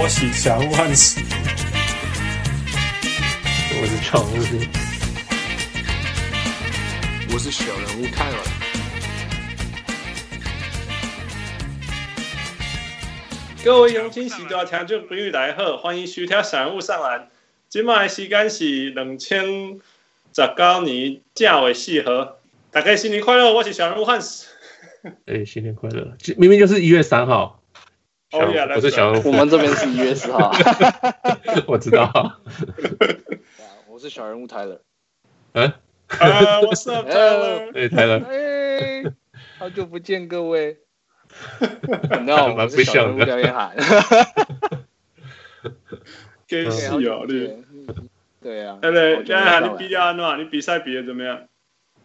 我喜祥万事，我是常务兵，我是小人物泰尔。各位乡亲时代听众朋友大家好，欢迎收听《神物上篮》。今麦时间是两千十九年正月四号，大家新年快乐！我是小人物汉斯。哎，新年快乐！这明明就是一月三号，哦小原来我是是小人 我物，们这边是一月四号，啊 我知道。 我是小人物 Tyler。嗯，啊，What's up, Tyler？对，泰勒，哎，好久不见各位。no，蛮 我不是小像人物的廖彦涵。 给对戏好久哦，不你。见啊对啊，哎嘞，好久没现在上你来比较安怎？你比赛比的怎么样？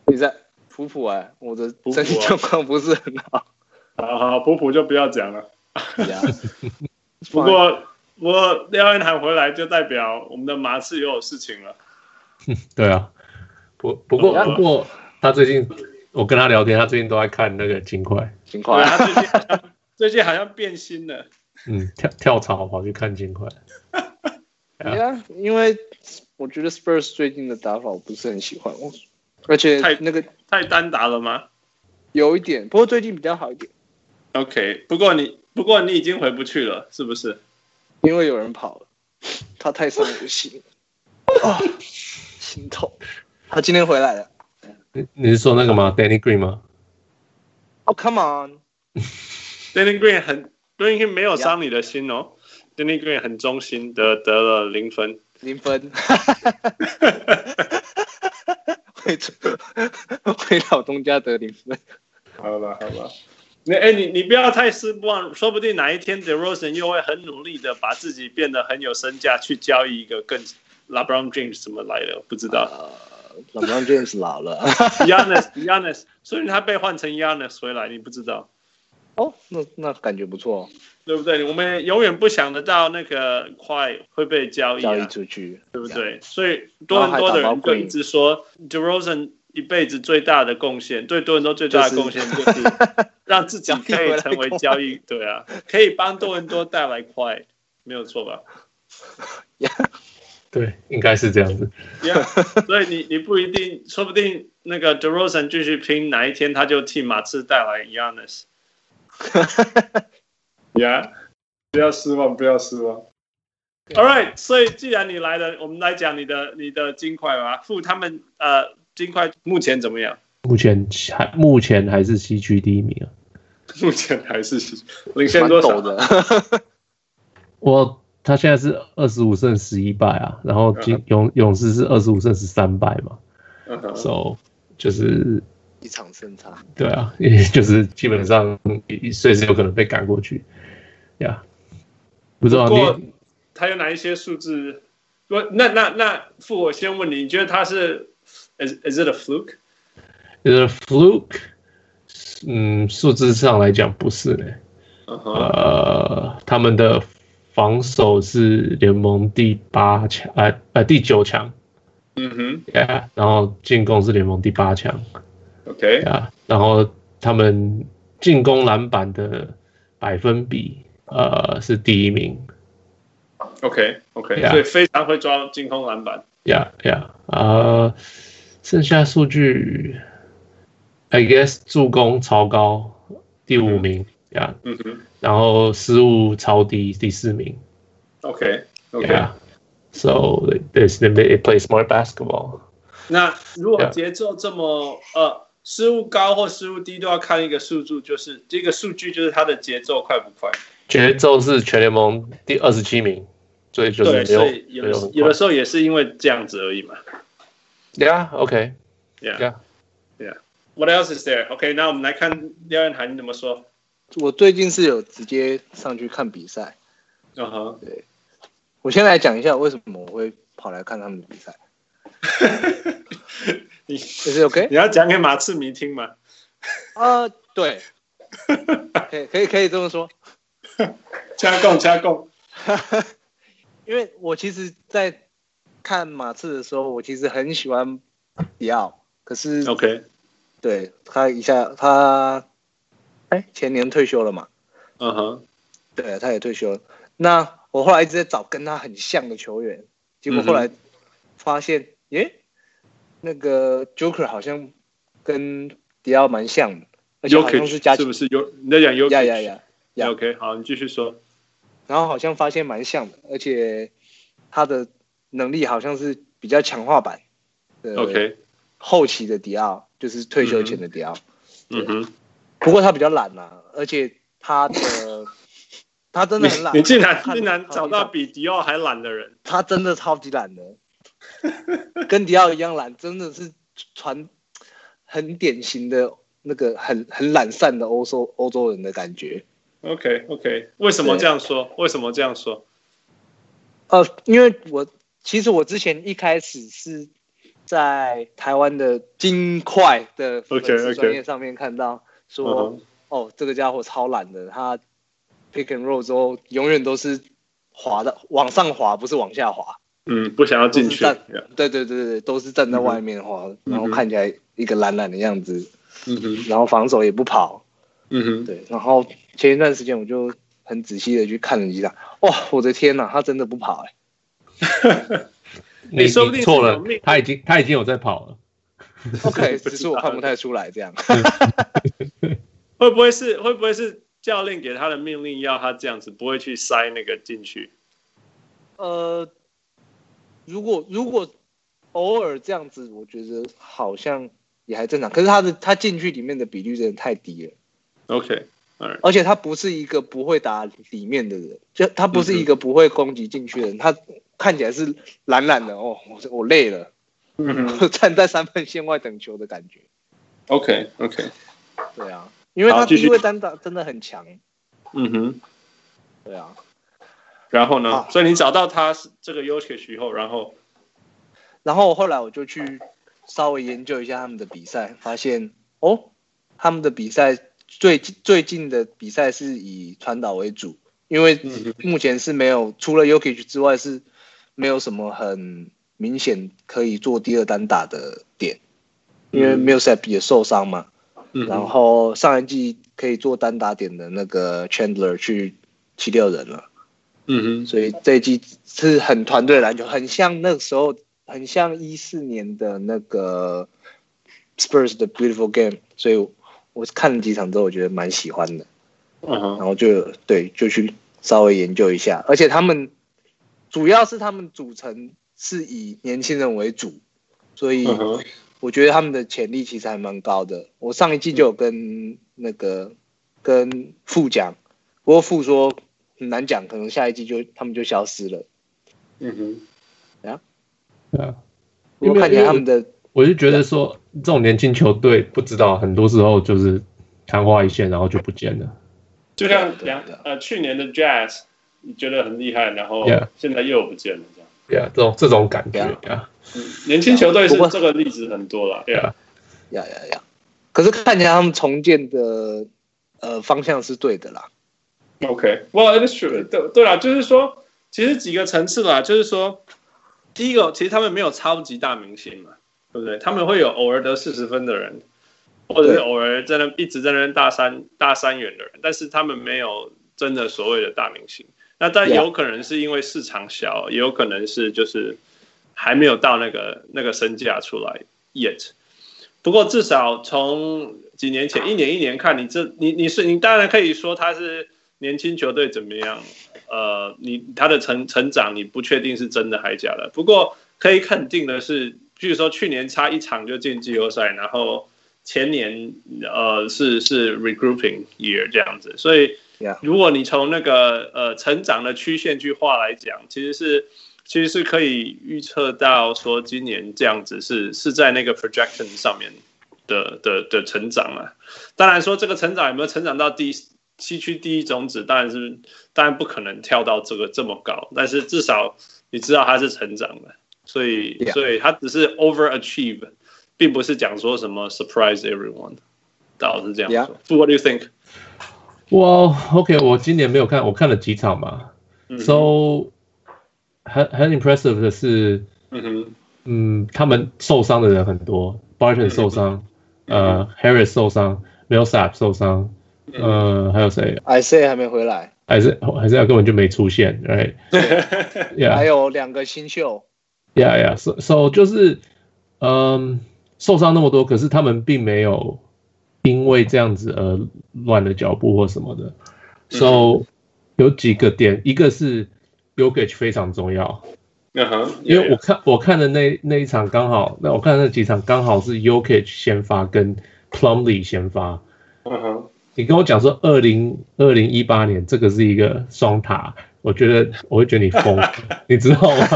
你在普普哎，我的普身体普啊状况不是很好。 啊好好，普普就不要讲了。呀不过我廖恩涵回来就代表我们的马刺也有事情了。对啊。不不过不过，他最近我跟他聊天，他最近都在看那个金块，情况对，他最近好像最近好像变心了。嗯，跳跳槽跑去看金块。对啊，因为我觉得 Spurs 最近的打法我不是很喜欢，我而且太那个太单打了吗有一点，不过最近比较好一点， ？OK，不过你不过你已经回不去了，是不是？因为有人跑了，他太伤我的心了 啊，心痛。他今天回来了，你你是说那个吗？Danny Green 吗？哦、c o m e on， Danny Green 很 Danny Green 没有伤你的心哦。Danny Green 很忠心的得了零分。零分，回回老东家得零分，好了好了，那哎你你不要太失望，说不定哪一天 DeRozan 又会很努力的把自己变得很有身价，去交易一个更 LeBron James 怎么来的不知 道。呃，老张 James 老了， Yanis Yanis，所以他被换成 Yanis 回来，你不知道。哦，那那感觉不错，哦对不对？我们永远不想得到那个快会被交易、啊，交易出去，对不对？所以多伦多的人就一直说，DeRozan 一辈子最大的贡献，对多伦多最大的贡献就是 让自己可以成为交易，对啊，可以帮多伦多带来快，没有错吧对，应该是这样子。 ？Yeah，所以你你不一定，说不定那个 DeRozan 继续拼，哪一天他就替马刺带来 Yanis。Yeah，不要失望，不要失望。All right，所以既然你来了，我们来讲你的你的金块吧。付他们呃，金块目前怎么样？目前还目前还是西区第一名啊。目前还是领蛮先多抖少？的，我他现在是二十五胜十一败啊，然后金勇勇士是二十五胜十三败嘛嗯哼，so 就是 一场胜差，对啊， 也就是基本上随时有可能被赶过去呀。不知道不过你他有哪一些数字？不，那那那付我先问你，你觉得他是 is is it a fluke？呃 fluke，嗯，数字上来讲不是呢、嗯哼，呃，他们的防守是联盟第八强，呃呃第九强嗯，yeah, 然后进攻是联盟第八强。哼，OK，啊，然后他们进攻篮板的百分比，呃，是第一名， OK OK，、 Yeah 所以非常会抓进攻篮板。呀呀，呃，剩下数据，I guess 助攻超高，第五名呀嗯哼然后失误超低，第四名，OK OK。呀。So they they play smart basketball. 那如果 Yeah. 节奏这么呃失误高或失误低，都要看一个数据，就是这个数据就是它的节奏快不快。节奏是全联盟第二十七名，所以就是对，没有所以有的有的时候也是因为这样子而已嘛。 Yeah, OK, Yeah. yeah. What else is there? OK，那我们来看廖彦涵怎么说。我最近是有直接上去看比赛。嗯 Uh-huh 哼，我先来讲一下为什么我会跑来看他们的比赛。 你就是 OK 你要讲给马刺迷听吗？啊、对，可以可以可以这么说，加共加共。因为我其实，在看马刺的时候，我其实很喜欢迪奥，可是 OK，对他一下他哎前年退休了嘛，嗯哼，对，他也退休了。那我后来一直在找跟他很像的球员，结嗯果后来发现，耶、那个 Joker 好像跟迪奥蛮像的，而且好像是加 Jokic 是不是有你在讲 Jokic？呀呀呀，呀 OK，好，你继续说。然后好像发现蛮像的，而且他的能力好像是比较强化版的 OK，后期的迪奥，就是退休前的迪奥。嗯哼，不过他比较懒啦、而且他的他真的很懒。你竟然他竟然找到他比迪奥还懒的人，他真的超级懒的，跟迪奥一样懒，真的是传很典型的那个很很懒散的欧洲欧洲人的感觉。 OK OK，为什么这样说？为什么这样说？呃，因为我其实我之前一开始是在台湾的金块的粉 OK，OK 丝专业上面看到说嗯哼哦，这个家伙超懒的，他 pick and roll 之后永远都是滑的往上滑，不是往下滑。嗯，不想要进去都是。 Yeah，对对对对，都是站在外面滑，然后看起来一个懒懒的样子，嗯哼，然后防守也不跑，嗯哼，对。然后前一段时间我就很仔细的去看了一下，哇，我的天呐，他真的不跑哎、 你你说不定你错是有命了，他已经他已经有在跑了。 OK，不知道只是我看不太出来 这样。会不会是会不会是教练给他的命令要他这样子，不会去塞那个进去？呃，如果如果偶尔这样子，我觉得好像也还正常。可是他的他禁区里面的比率真的太低了。 OK，而且他不是一个不会打里面的人，就他不嗯是一个不会攻击禁区的人，他看起来是懒懒的哦，我我累了，嗯站在三分线外等球的感觉。 ，OK OK，对啊，因为好他继续低位单打真的很强。嗯哼，对啊，然后呢好？所以你找到他是这个 y o k i c 以后，然后然后后来我就去稍微研究一下他们的比赛，发现哦，他们的比赛最最近的比赛是以传导为主，因为嗯哼目前是没有除了 Yuki 之外是没有什么很明显可以做第二单打的点，因为 Millsap 也受伤嘛，嗯然哼后上一季可以做单打点的那个 Chandler 去七六人了。嗯哼，所以这一季是很团队篮球，很像那个时候，很像一四年的那个 Spurs 的 Beautiful Game，所以我看了几场之后，我觉得蛮喜欢的，嗯然哼，后就对就去稍微研究一下，而且他们主要是他们组成是以年轻人为主，所以嗯哼，我觉得他们的潜力其实还蛮高的。我上一季就有跟那个跟副讲，不过副说很难讲，可能下一季就他们就消失了。嗯哼。对啊，不过看起来他们的我就觉得说这种年轻球队不知道，很多时候就是昙花一现，然后就不见了。就像对啊两对呃去年的 Jazz，你觉得很厉害，然后 Yeah 现在又不见了这样。对啊，这种这种感觉啊，年轻球队是不过这个例子很多了，对啊，呀呀呀，可是看起来他们重建的呃方向是对的啦。 OK，Well、it is true 对。对对啦，就是说，其实几个层次啦，就是说，第一个，其实他们没有超级大明星嘛，对不对？他们会有偶尔得四十分的人，或者是对偶尔在那一直在那边大三大三元的人，但是他们没有真的所谓的大明星。那但 Yeah 有可能是因为市场小，也有可能是就是还没有到那个那个身价出来 yet。不过至少从几年前一年一年看，你这你你是你当然可以说他是年轻球队怎么样，呃，你他的成成长你不确定是真的还假的。不过可以肯定的是，据说去年差一场就进季后赛，然后前年呃是是 regrouping year 这样子，所以 Yeah. 如果你从那个呃成长的曲线去画来讲，其实是其实是可以预测到说今年这样子是是在那个 projection 上面的的的成长啊。当然说这个成长有没有成长到第一西区第一种子，当然是当然不可能跳到这个这么高，但是至少你知道它是成长的，所以 Yeah. 所以它只是 overachieve，并不是讲说什么 surprise everyone，倒是这样说。 Yeah. So what do you think？我 OK，我今年没有看，我看了几场嘛。嗯 So 很很 impressive 的是，嗯哼，嗯，他们受伤的人很多，Barton 受伤，呃，Harris 受伤，Millsap 受伤，呃，还有谁 I C 还没回来，还是还是他根本就没出现，right？还 Yeah, 有两个新秀， yeah, yeah. So, so 就是，嗯，受伤那么多，可是他们并没有因为这样子而乱了脚步或什么的。So 有几个点，一个是 y o k i c 非常重要，嗯哼，因为我我看我看的那那一场刚好，那我看的那几场刚好是 y o k i c 先发跟 Plumlee 先发。嗯哼，你跟我讲说二零二零一八年这个是一个双塔，我觉得我会觉得你疯，你知道吗？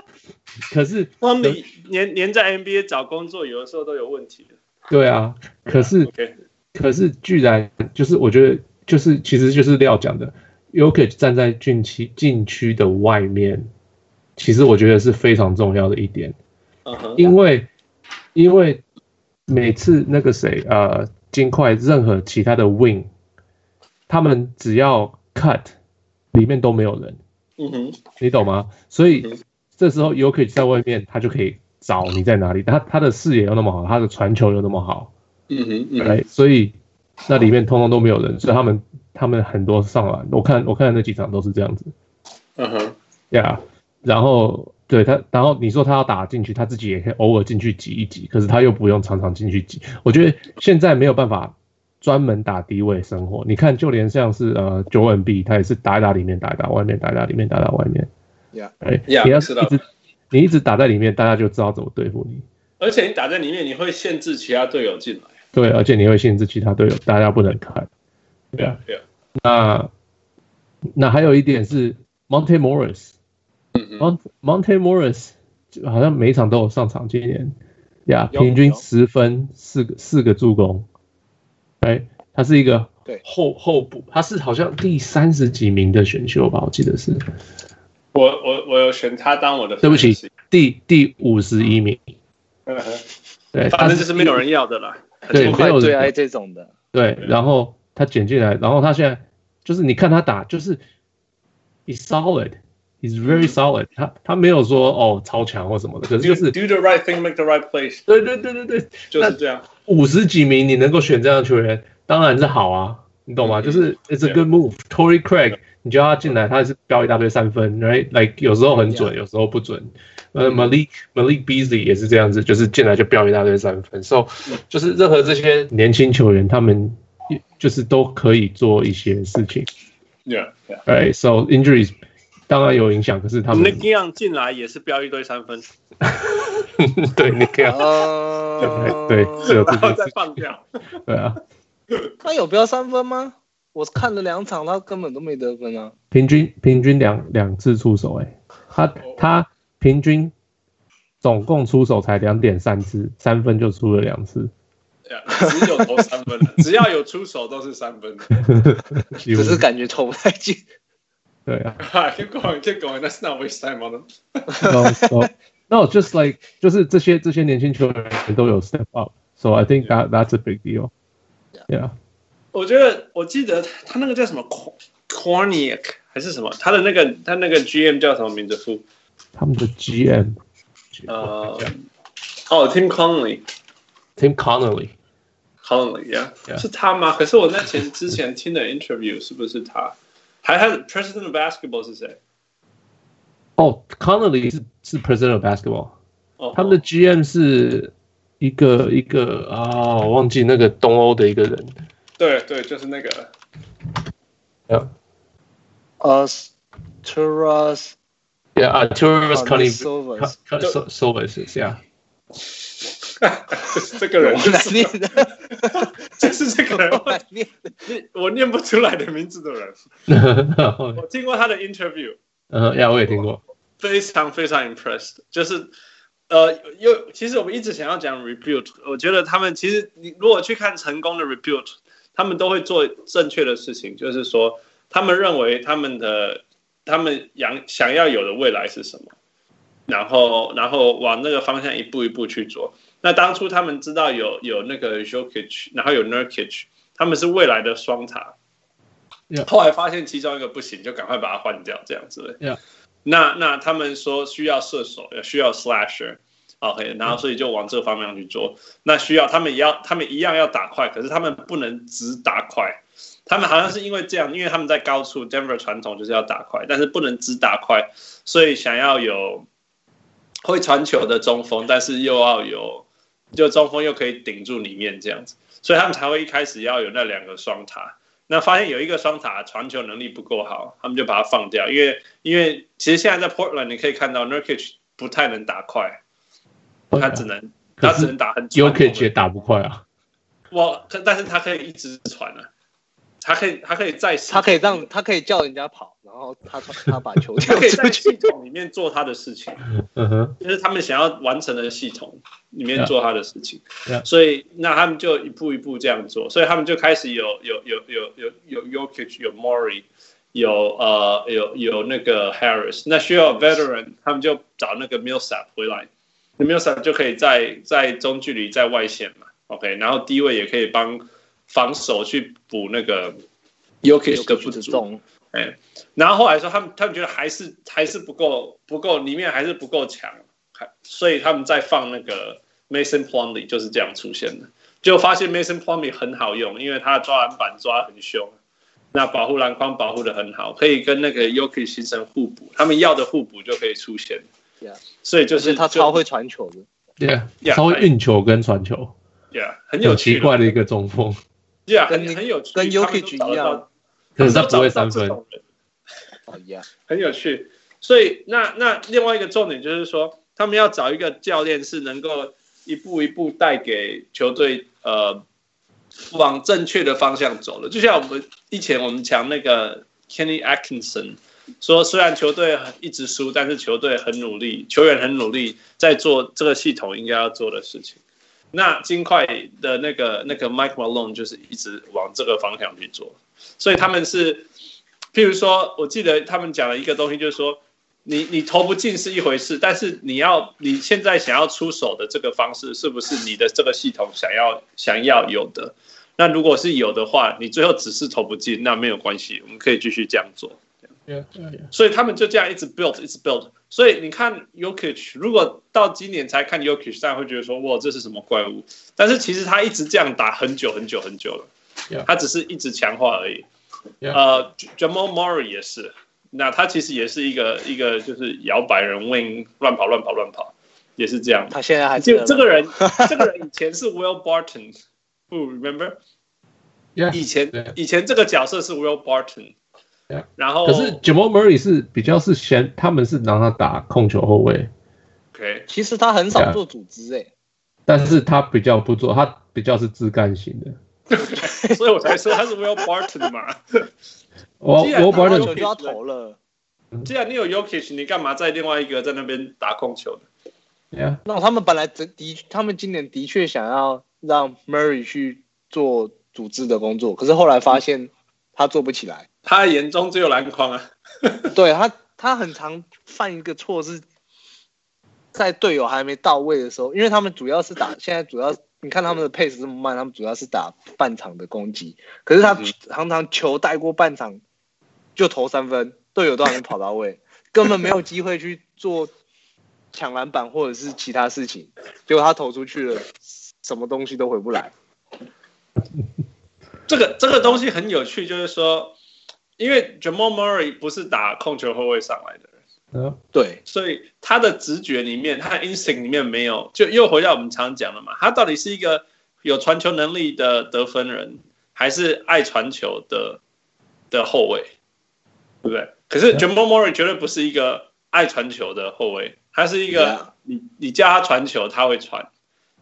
可是那你年年在 NBA 找工作，有的时候都有问题的。对啊，可是 OK，可是居然就是我觉得就是其实就是廖讲的 y o k i 站在禁区禁区的外面，其实我觉得是非常重要的一点。嗯哼，因为因为每次那个谁呃金块任何其他的 win，他们只要 cut 里面都没有人，嗯哼，你懂吗？所以嗯这时候 y o k i 在外面，他就可以找你在哪里。他他的视野又那么好，他的传球又那么好，嗯哼，嗯哎、哼，所以那里面通通都没有人，所以他们他们很多上篮，我看我看那几场都是这样子。嗯哼，呀、然后对他，然后你说他要打进去，他自己也可以偶尔进去挤一挤，可是他又不用常常进去挤。我觉得现在没有办法专门打低位生活。你看，就连像是呃九 N B，他也是打一打里面，打一打外面，打一打里面，打一打外面。 Yeah. 哎 Yeah，你要是是的一直你一直打在里面，大家就知道怎么对付你。而且你打在里面，你会限制其他队友进来。对，而且你会限制其他队友，大家不能看。对啊，对啊那那还有一点是 Monte Morris，嗯哼， Mont Monte Morris 就好像每一场都有上场，今年呀有平均有十分，四个四个助攻，哎，他是一个对后后补，他是好像第三十几名的选秀吧，我记得是，我我我有选他当我的，对不起，第第五十一名，嗯哼对，反他正就是没有人要的啦。对没金块有最人爱这种的，对，然后他捡进来，然后他现在就是你看他打，就是 he's solid，he's very solid，他他没有说哦超强或什么的，可是 Do 就是 do the right thing, make the right place，对对对对对，就是这样。五十几名你能够选这样的球员，当然是好啊，你懂吗？嗯就是 it's a Yeah. good move。Tory Craig，你叫他进来，他是飙一大堆三分，right？Like 有时候很准，有时候不准。呃，Malik Malik Beasley 也是这样子，就是进来就飙一大堆三分。So 就是任何这些年轻球员，他们就是都可以做一些事情 Yeah, yeah. ，right？So injuries 当然有影响，可是他们 Nick Young 进来也是飙一堆三分， 对你可以 Oh 呃，对是有这然后件再事，放掉。对啊。他有标三分吗？我看了两场，他根本都没得分啊。平均平均两两次出手、欸，他他平均总共出手才两点三次，三分就出了两次， Yeah, 只有投三分 的，只要有出手都是三分的。只只是感觉投不太进。对啊 keep going, keep going. That's not waste time on them. ，no no no just like 就是这些这些年轻球员都有 step up，so I think that that's a big deal。Yeah，我觉得我记得他那个叫什么 Corniak 还是什么，他的那个他那个 GM 叫什么名字？副他们的 GM 呃，哦，Tim Conley。 Tim Connolly， Conley yeah, Yeah. 是他吗？可是我那前之前听的 interview 是不是他？还他 President of Basketball 是谁？哦、c o n n o l l y 是是 President of Basketball，哦，他们的 GM 是一个一个啊，我忘记那个东欧的一个人。对对，就是那个 Yeah. 呃 t u r a s Yeah, uh, Arturus Oh, Connie that's Silvers. Silvers. Silvers, is- yeah. 就是这个人，我难念的， 就是这个人我，难念的。我念不出来的名字的人。呃我听过他的 interview， ，Yeah，我也听过。非常非常 impressed，就是。呃，又其实我们一直想要讲 rebuild，我觉得他们其实你如果去看成功的 rebuild，他们都会做正确的事情，就是说他们认为他们的他们想想要有的未来是什么，然后然后往那个方向一步一步去做。那当初他们知道有有那个 Jokic，然后有 Nurkic，他们是未来的双塔。 Yeah. 后来发现其中一个不行，就赶快把它换掉，这样子。 Yeah. 那那他们说需要射手，也需要 slasher，OK，、然后所以就往这方面去做。那需要他们也要，他们一样要打快，可是他们不能只打快，他们好像是因为这样，因为他们在高处，Denver 传统就是要打快，但是不能只打快，所以想要有会传球的中锋，但是又要有就中锋又可以顶住里面这样子，所以他们才会一开始要有那两个双塔。那发现有一个双塔传球能力不够好，他们就把它放掉，因为因为其实现在在 Portland 你可以看到 Nurkic 不太能打快，哦他只能他只能打很久，Ukage 也打不快啊。我但是他可以一直传啊。他可以，他可以在他可以让他可以叫人家跑，然后他他把球丢可以 在出系去。统里面做他的事情，嗯哼，就是他们想要完成的系统里面做他的事情。 Yeah. 所以那他们就一步一步这样做，所以他们就开始有有有有有有 y o k i c 有 Mori，有呃有有那个 Harris，那需要 veteran，他们就找那个 Millsap 回来那，Millsap 就可以在在中距离在外线嘛，OK，然后低位也可以帮。防守去补那个 Yokish 的不是足，中，哎，然后后来说他们他们觉得还是还是不够不够，里面还是不够强，还所以他们再放那个 Mason Plumlee 就是这样出现的，就发现 Mason Plumlee 很好用，因为他抓篮板抓得很凶，那保护篮筐保护的很好，可以跟那个 Yokish 形成互补，他们要的互补就可以出现 Yeah，所以就就是是他就超会传球的。 yeah， Yeah，他会运球跟传球， ，yeah，很有很趣啊奇怪的一个中锋， ，yeah，跟很很有趣，跟他们都 Jokic 找得一样到，可是他都不找会得三到这分。种人。哦一样，很有趣。所以那那另外一个重点就是说，他们要找一个教练是能够一步一步带给球队呃往正确的方向走的。就像我们以前我们讲那个 Kenny Atkinson 说，虽然球队一直输，但是球队很努力，球员很努力在做这个系统应该要做的事情。那金块的那个那个 Mike Malone 就是一直往这个方向去做，所以他们是譬如说，我记得他们讲了一个东西，就是说，你你投不进是一回事，但是你要你现在想要出手的这个方式，是不是你的这个系统想要想要有的？那如果是有的话，你最后只是投不进，那没有关系，我们可以继续这样做。 Yeah, yeah, yeah. 所以他们就这样一直 build，一直 build。所以你看 Yokich，如果到今年才看 Yokich，大家会觉得说，哇，这是什么怪物？但是其实他一直这样打很久很久很久了 Yeah. 他只是一直强化而已。 Yeah. 呃，Jamal Murray 也是，那他其实也是一个一个就是摇摆人 wing 乱跑乱跑乱跑，也是这样。他现在还就这个人人，这个人以前是 Will Barton，不 remember？ Yeah. 以前对以前这个角色是 Will Barton， Yeah. 然后可是 Jamal Murray 是比较是先，他们是让他打控球后卫， OK，其实他很少啊做组织哎诶，但是他比较不做，他比较是自干型的。 所以我才说他是 Will Barton 嘛。 我既然我打本完打来球就要投了，既然你有 Yokich，你干嘛在另外一个在那边打控球呢？ ，Yeah 那他们本来的的，他们今年的确想要让 Murray 去做组织的工作，可是后来发现他做不起来。他眼中只有篮筐啊。对他，他很常犯一个错是，在队友还没到位的时候，因为他们主要是打，现在主要你看他们的配置这么慢，他们主要是打半场的攻击，可是他嗯常常球带过半场就投三分，队友都还没跑到位，根本没有机会去做抢篮板或者是其他事情，结果他投出去了，什么东西都回不来。这个这个东西很有趣，就是说，因为 Jamal Murray 不是打控球后卫上来的人，呃对，所以他的直觉里面，他的 instinct 里面没有，就又回到我们常讲的嘛，他到底是一个有传球能力的得分人，还是爱传球的的后卫，对不对？可是 Yeah. Jamal Murray 绝对不是一个爱传球的后卫，他是一个 Yeah. 你你叫他传球他会传，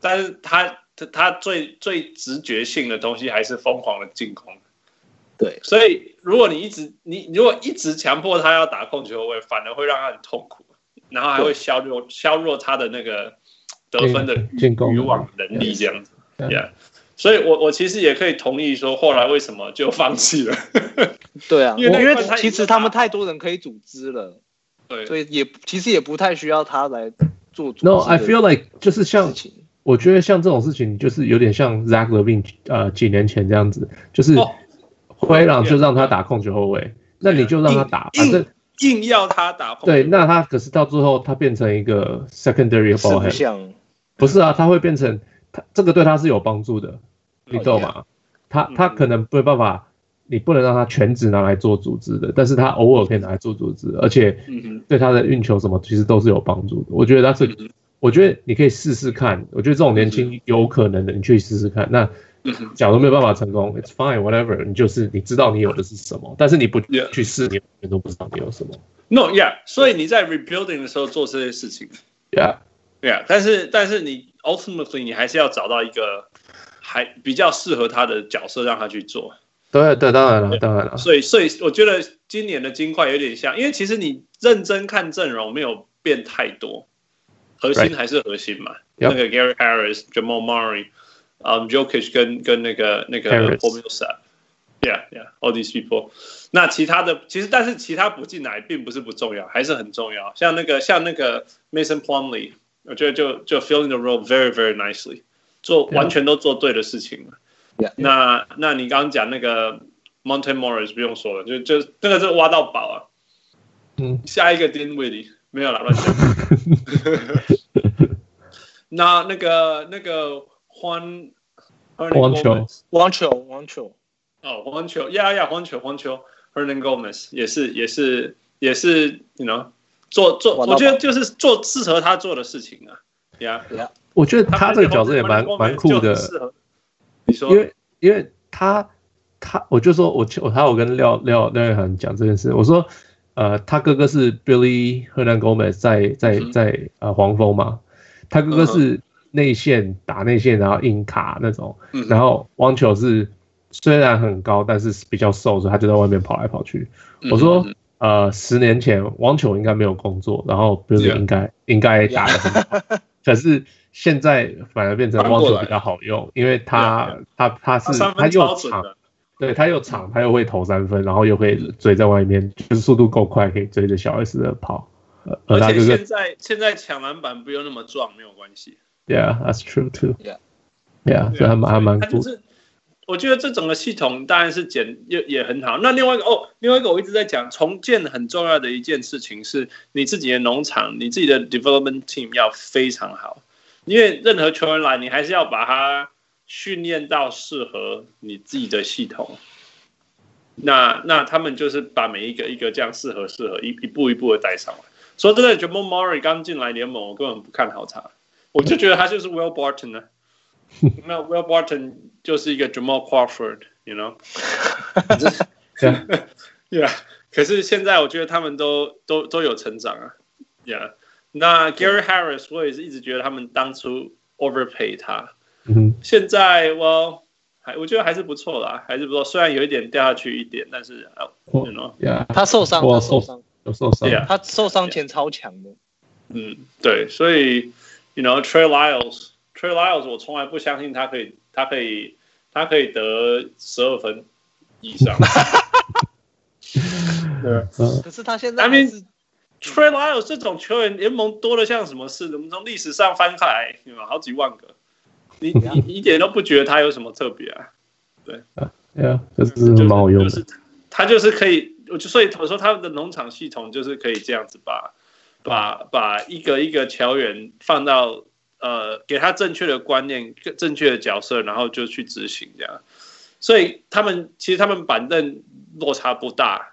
但是他他他最最直觉性的东西还是疯狂的进攻。对，所以如果你一直你你如果一直强迫他要打控球后卫，反而会让他很痛苦，然后还会削弱削弱他的那个得分的进进攻渔网能力这样子。对 Yeah，所以我我其实也可以同意说，后来为什么就放弃 了？对啊，因为那一因为段他已其经实他打们太多人可以组织了。对，所以也其实也不太需要他来做组织，No 的 I feel like 就是像事情。我觉得像这种事情，就是有点像 Zach Levine 呃几年前这样子，就是哦灰狼就 Yeah 让他打控球后卫，那你就让他打，反硬正硬要他打控球。对，那他可是到最后他变成一个 secondary 四 ball 不 hand，像，不是啊，他会变哦嗯成他这个对他是有帮助的，你懂吗？他他可能没办法你不能让他全职拿来做组织的，但是他偶尔可以拿来做组织，而且嗯对他的运球什么其实都是有帮助的。我觉得他是，嗯我觉得你可以试试看。我觉得这种年轻有可能的，你去试试看。那假如没有办法成功，it's fine whatever，你就是你知道你有的是什么，但是你不 Yeah 去试，你永远都不知道你有什么。 No yeah，所以你在 rebuilding 的时候做这些事情 Yeah， ，Yeah，但是但是你 ultimately 你还是要找到一个还比较适合他的角色让他去做。对对，当然了，当然了。啊所以，所以我觉得今年的金块有点像，因为其实你认真看阵容没有变太多，核心 Right. 还是核心嘛。 Yep. 那个 Gary Harris、Jamal Murray、嗯 Jokic 跟跟那个那个 Harris Paul Millsap，yeah yeah，all these people。那其他的其实，但是其他补进来并不是不重要，还是很重要。像那个像那个 Mason Plumlee，我觉得就就 filling the role very very nicely，做啊 Yeah. 完全都做对的事情了。 Yeah. 那那你刚刚讲那个 Mountain Morris 不用说了，就就那个是挖到宝啊。嗯，下一个 Dinwiddie 没有啦，乱 讲。那那个那个黄黄球网球，网球，哦，黄球，呀呀，黄球黄球，Hernan Gomez 也是也是也是，you know，做做，挖到宝我觉得就是做适合他做的事情啊，呀、我觉得 yeah,，他这个角色也蛮蛮酷的，适合。你说因为因为他他我就说我我还有跟廖廖廖月涵讲这件事，我说呃他哥哥是 Billy Hernan Gomez 在在嗯哼在呃黄蜂嘛，他哥哥是内线打内线然后硬卡那种，嗯哼然后汪球是虽然很高但是比较瘦，所以他就在外面跑来跑去。我说嗯呃十年前汪球应该没有工作，然后 Billy Yeah 应该应该打得很好。 可是现在反而变成反汪过球来比较好用，因为他他他他是三他分超又呃准长，的，对他又长，他又会投三分，然后又会追在外面，就是速度够快，可以追着小 S 的跑。呃而他而且哥哥现在现在抢篮板不用那么壮，没有关系。 ，Yeah，that's true too。 Yeah 啊 Yeah，所以还啊蛮还蛮他酷就。是，我觉得这整个系统当然是简也也很好。那另外一个哦，另外一个我一直在讲重建很重要的一件事情是，你自己的农场，你自己的 development team 要非常好，因为任何球员来，你还是要把他训练到适合你自己的系统。那那他们就是把每一个一个这样适合适合一一步一步的带上来。说真的，Jamal Murray 刚进来联盟，我根本不看好他，我就觉得他就是 Will Barton 啊呢、那 Will Barton 就是一个 Jamal Crawford，you know，yeah，可是现在我觉得他们都都都有成长啊，yeah。那 Gary Harris 我也是一直觉得他们当初 overpay 他，嗯现在 well 还我觉得还是不错啦，还是不错，虽然有一点掉下去一点，但是啊，you know， ，Yeah，他受伤，我他受伤，有嗯受伤。 Yeah 他受伤前超强的。嗯，对，所以 you know Trey Lyles，Trey Lyles 我从来不相信他可以，他可以，他可以得十二分以上。对嗯可是他现在 I 还 mean- 是，Trey Lyles 这种球员联盟多的像什么似的，我们从历史上翻开来，有好几万个， 你你一点都不觉得他有什么特别啊？ ，Yeah，这啊是就是蛮好用就的是。他就是可以，我就所以我说他们的农场系统就是可以这样子把把把一个一个球员放到呃给他正确的观念、正确的角色，然后就去执行这样。所以他们其实他们板凳落差不大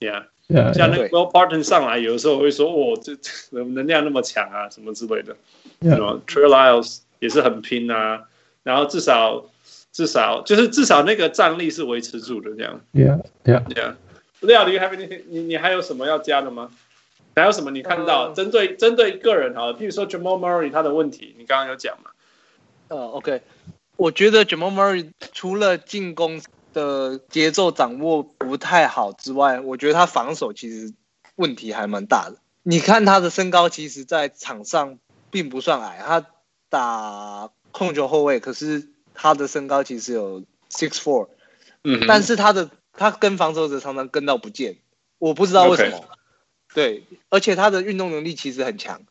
，Yeah， Yeah，像那对个 Will Barton 上来，有的时候会说哦，这这能量那么强啊，什么之类的。 Yeah. 什么 Trail Lyles 也是很拼啊，然后至少至少就是至少那个战力是维持住的这样。 Yeah，Yeah，对啊，廖黎，还没你你你还有什么要加的吗？还有什么你看到嗯针对针对个人好了，譬如说 Jamal Murray 他的问题，你刚刚有讲嘛？呃，OK，我觉得 Jamal Murray 除了进攻的节奏掌握不太好之外，我觉得他防守其实问题还蛮大的。你看他的身高，其实在场上并不算矮，他打控球后卫，可是他的身高其实有 six four，嗯但是他的他跟防守者常常跟到不见，我不知道为什么。对，而且他的运动能力其实很强。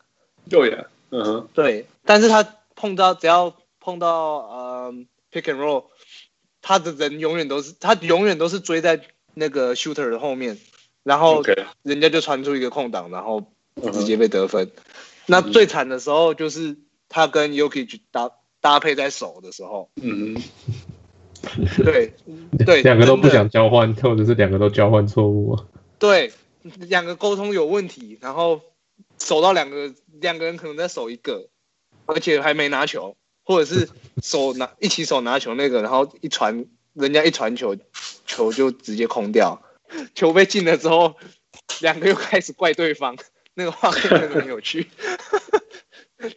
对呀，嗯哼，对，但是他碰到只要碰到呃 pick and roll，他的人永远都是他永远都是追在那个 shooter 的后面，然后 OK 人家就传出一个空档，然后嗯直哼接被得分。那最惨的时候就是他跟 Yuki 搭搭配在手的时候，嗯哼对 对，两个都不真的想交换，或者是两个都交换错误啊。对，两个沟通有问题，然后守到两个两个人可能在守一个，而且还没拿球，或者是手拿一起手拿球那个，然后一传人家一传球，球就直接空掉，球被进了之后，两个又开始怪对方，那个画面真的很有趣，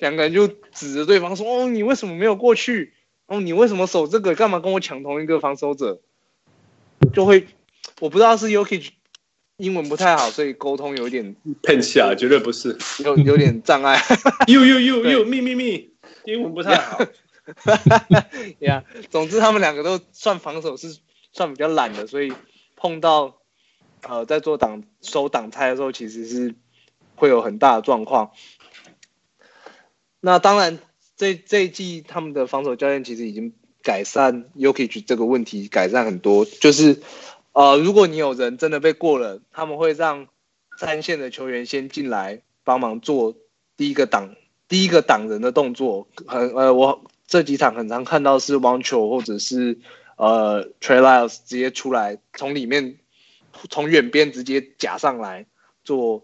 两个人就指着对方说：“哦，你为什么没有过去？哦，你为什么守这个？干嘛跟我抢同一个防守者？”就会我不知道是 Yuki 英文不太好，所以沟通有点骗下啊绝对不是。有有点障碍 You you you you 秘密密，英文不太好。 呀。总之，他们两个都算防守是算比较懒的，所以碰到呃在做挡守挡拆的时候，其实是会有很大的状况。那当然，这这一季他们的防守教练其实已经改善 Yuki 这个问题，改善很多。就是呃，如果你有人真的被过了，他们会让三线的球员先进来帮忙做第一个挡第一个挡人的动作。很呃，我这几场很常看到是网球或者是呃 t r a i l i l s 直接出来从里面从远边直接夹上来做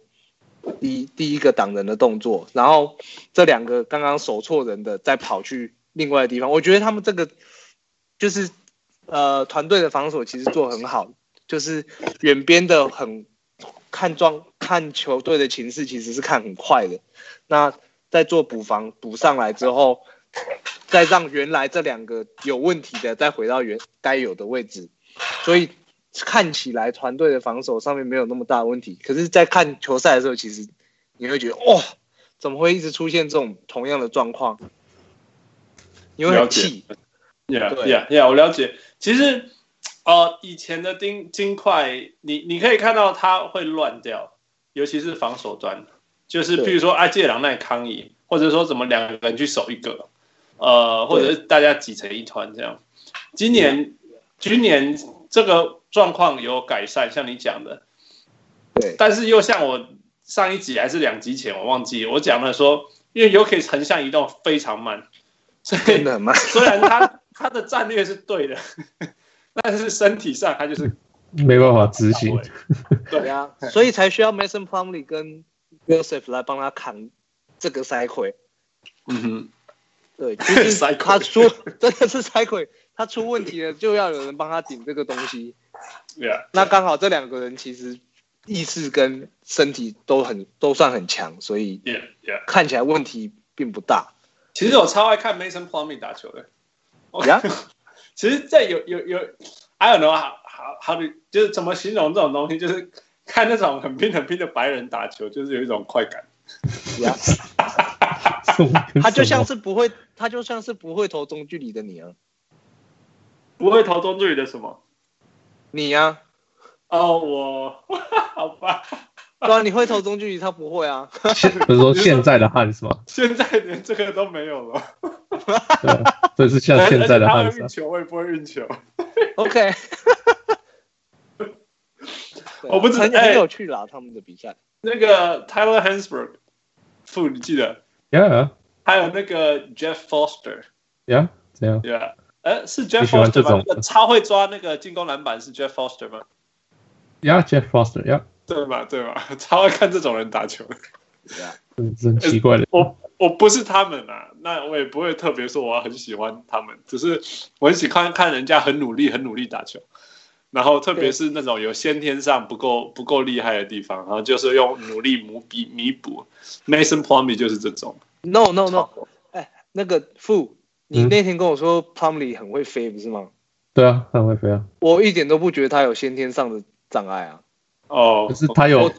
第一第一个挡人的动作，然后这两个刚刚守错人的再跑去另外的地方。我觉得他们这个就是呃团队的防守其实做得很好，就是远边的很看状看球队的情势其实是看很快的。那在做补防补上来之后，再让原来这两个有问题的再回到原该有的位置，所以看起来团队的防守上面没有那么大问题。可是，在看球赛的时候，其实你会觉得哇、怎么会一直出现这种同样的状况？你会了很解气， Yeah, 对 yeah, yeah，我了解。其实，呃，以前的金金块，你你可以看到它会乱掉，尤其是防守端，就是对譬如说啊阿介朗那里抗议，或者说怎么两个人去守一个，呃，或者是大家挤成一团这样。今年今年这个状况有改善，像你讲的，对但是又像我上一集还是两集前我忘记我讲了说，因为 UK 横向移动非常慢，所 以真的很慢。虽然他他的战略是对的， 但是身体上他就是没办法执行。对啊， 所以才需要 Mason Plumley 跟 Joseph 来帮他扛这个塞葵。嗯哼，对，就 是塞葵他出 真的是塞葵，他出问题了就要有人帮他顶这个东西。 yeah，那刚好这两个人其实意识跟身体都很都算很强，所以 yeah yeah。看起来问题并不大。其实我超爱看 Mason Plumlee 打球的。我呀，其实这有有有，I don't know how how how to 就是怎么形容这种东西，就是看那种很拼很拼的白人打球，就是有一种快感。 呀， 他就像是不会，他就像是不会投中距离的你啊，不会投中距离的什么？你啊呀、哦，我 好吧，啊，对啊，你会投中距离，他不会啊。现不是说现在的汉是 吗？现在连这个都没有了。对啊，这是像现在的而汉且他会是运啊。球，我也不会运球。 OK， 我不知很哎啊很有趣啦，他们的比赛。那个 Tyler Hansberg，父你记得？哎 Yeah 还有那个 Jeff Foster， yeah，这样对吧？呃，是 Jeff 你喜欢 Foster 这吗种？那个超会抓那个进攻篮板是 Jeff Foster 吗？ yeah Jeff Foster yeah，对吧？对吧？ 超爱看这种人打球。真真奇怪的。我我不是他们啊，那我也不会特别说我很喜欢他们，只是我很喜欢看人家很努力、很努力打球，然后特别是那种有先天上不够不够厉害的地方，然后就是用努力弥补弥补。Mason Plumlee 就是这种。 No no no，哎，那个傅，你嗯那天跟我说 Plumley 很会飞，不是吗？对啊，他会飞啊，我一点都不觉得他有先天上的障碍啊。哦可，是他有我。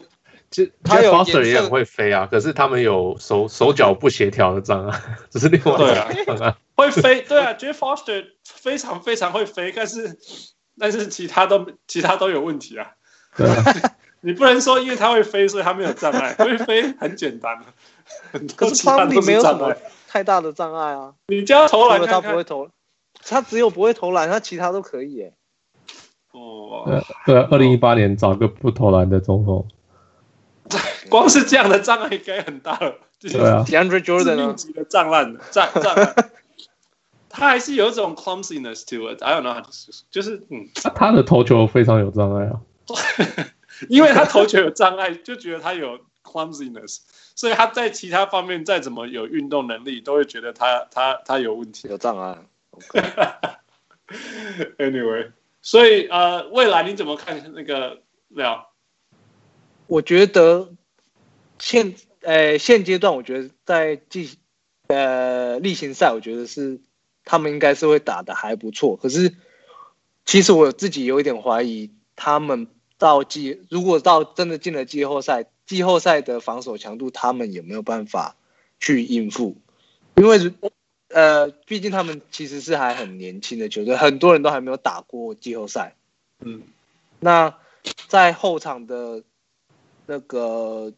其实他 Jeff 有 Foster 颜色也很会飞啊，可是他们有手手脚不协调的障碍，只是另外对一啊种障碍。会飞，对啊，Jeff Foster 非常非常会飞，但是但是其他都其他都有问题啊。对啊，你不能说因为他会飞，所以他没有障碍。会飞很简单， 很可多是其他都 Plumley 没有什障么碍。太大的障碍啊，你叫他投除篮了他看不看会。投，他只有不会投篮，他其他都可以耶。对哦啊，对啊，二零一八年找个不投篮的中锋，光是这样的障碍应该很大了。就是对啊， DeAndre 致 Jordan 命呢？级的障碍，障障碍。他还是有一种 clumsiness to it。I don't know，就是嗯，他的投球非常有障碍啊，因为他投球有障碍，就觉得他有 clumsiness，所以他在其他方面再怎么有运动能力，都会觉得他他他有问题。有障碍。啊 anyway，所以呃，未来你怎么看那个廖？我觉得现呃现阶段，我觉得在进呃例行赛，我觉得是他们应该是会打的还不错。可是其实我自己有一点怀疑，他们到季如果到真的进了季后赛，季后赛的防守强度，他们有没有办法去应付？因为呃，毕竟他们其实是还很年轻的球队，很多人都还没有打过季后赛。嗯，那在后场的那个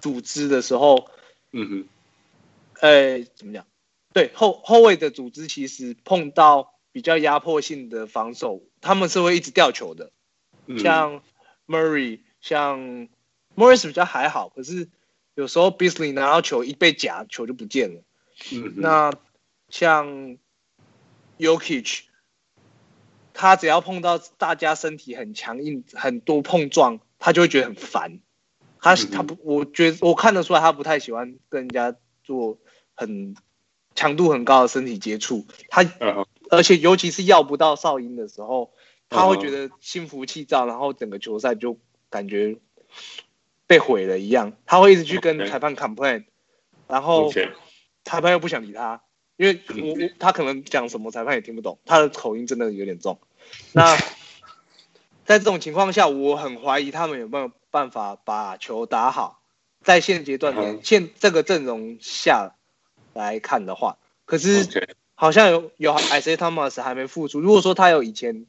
组织的时候，嗯哼，呃，怎么讲？对后后卫的组织，其实碰到比较压迫性的防守，他们是会一直掉球的。嗯像 Murray，像 Morris 比较还好，可是有时候 Bisley 拿到球一被夹，球就不见了。嗯哼那像 Yokich，他只要碰到大家身体很强硬、很多碰撞，他就会觉得很烦。他嗯哼他不，我觉得我看得出来，他不太喜欢跟人家做很强度很高的身体接触。他啊嗯哼而且尤其是要不到哨音的时候，他会嗯哼觉得心浮气躁，然后整个球赛就感觉被毁了一样。他会一直去跟 OK 裁判 complain，然后。 ，OK，裁判又不想理他，因为我我他可能讲什么裁判也听不懂，他的口音真的有点重。那在这种情况下，我很怀疑他们有没有办法把球打好。在现阶段嗯现这个阵容下来看的话，可是 OK，好像有有 Isaiah Thomas 还没复出。如果说他有以前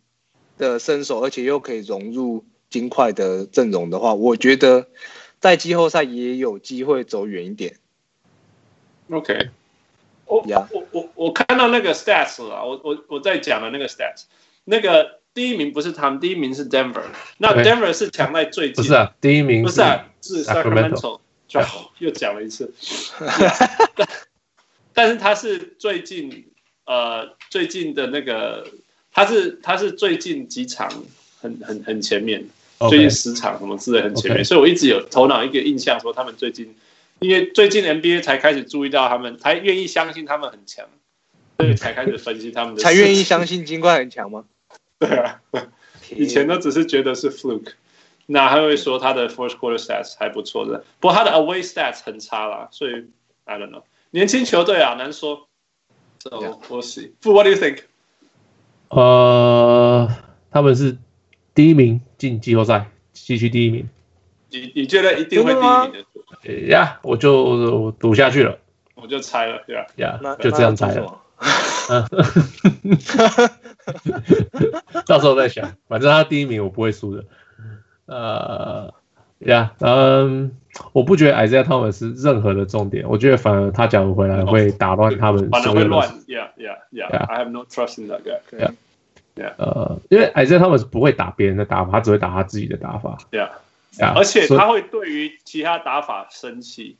的身手，而且又可以融入金块的阵容的话，我觉得在季后赛也有机会走远一点。 OK，我 Yeah 我我我看到那个 stats 了啊，我我我在讲的那个 stats，那个第一名不是他们，第一名是 Denver，那对 Denver 是强在最不近，是啊，第一名不是啊，是 Sacramento，哎 Sacramento 就又讲了一 次，但是他是最近呃最近的那个，他是他是最近几场很很很前面， OK 最近十场什么之类很前面 OK 所以我一直有头脑一个印象说他们最近，因为最近 NBA 才开始注意到他们，才愿意相信他们很强，所以才开始分析他们的事才情，愿意相信金块很强吗？ 对啊，以前都只是觉得是 fluke，那他会说他的 first quarter stats 还不错的，不过他的 away stats 很差啦，所以 I don't know，年轻球队啊难说。So Yeah. we'll see. Fu, what do you think? 呃，他们是第一名进季后赛，西区第一名。你你觉得一定会第一名的？呃呀、我就我赌下去了我就猜了，对吧？呀那就这样猜了。。嗯到时候再想，反正他第一名我不会输的。呃，呀，嗯，我不觉得 Isaiah Thomas 是任何的重点，我觉得反而他讲回来会打乱他们反而所会有的乱。Yeah, yeah, yeah. Yeah. I have no trust in that guy. 那那 Yeah 呃，因为 Isaiah Thomas 不会打别人的打法，他只会打他自己的打法。 Yeah，呀而且所以他会对于其他打法生气，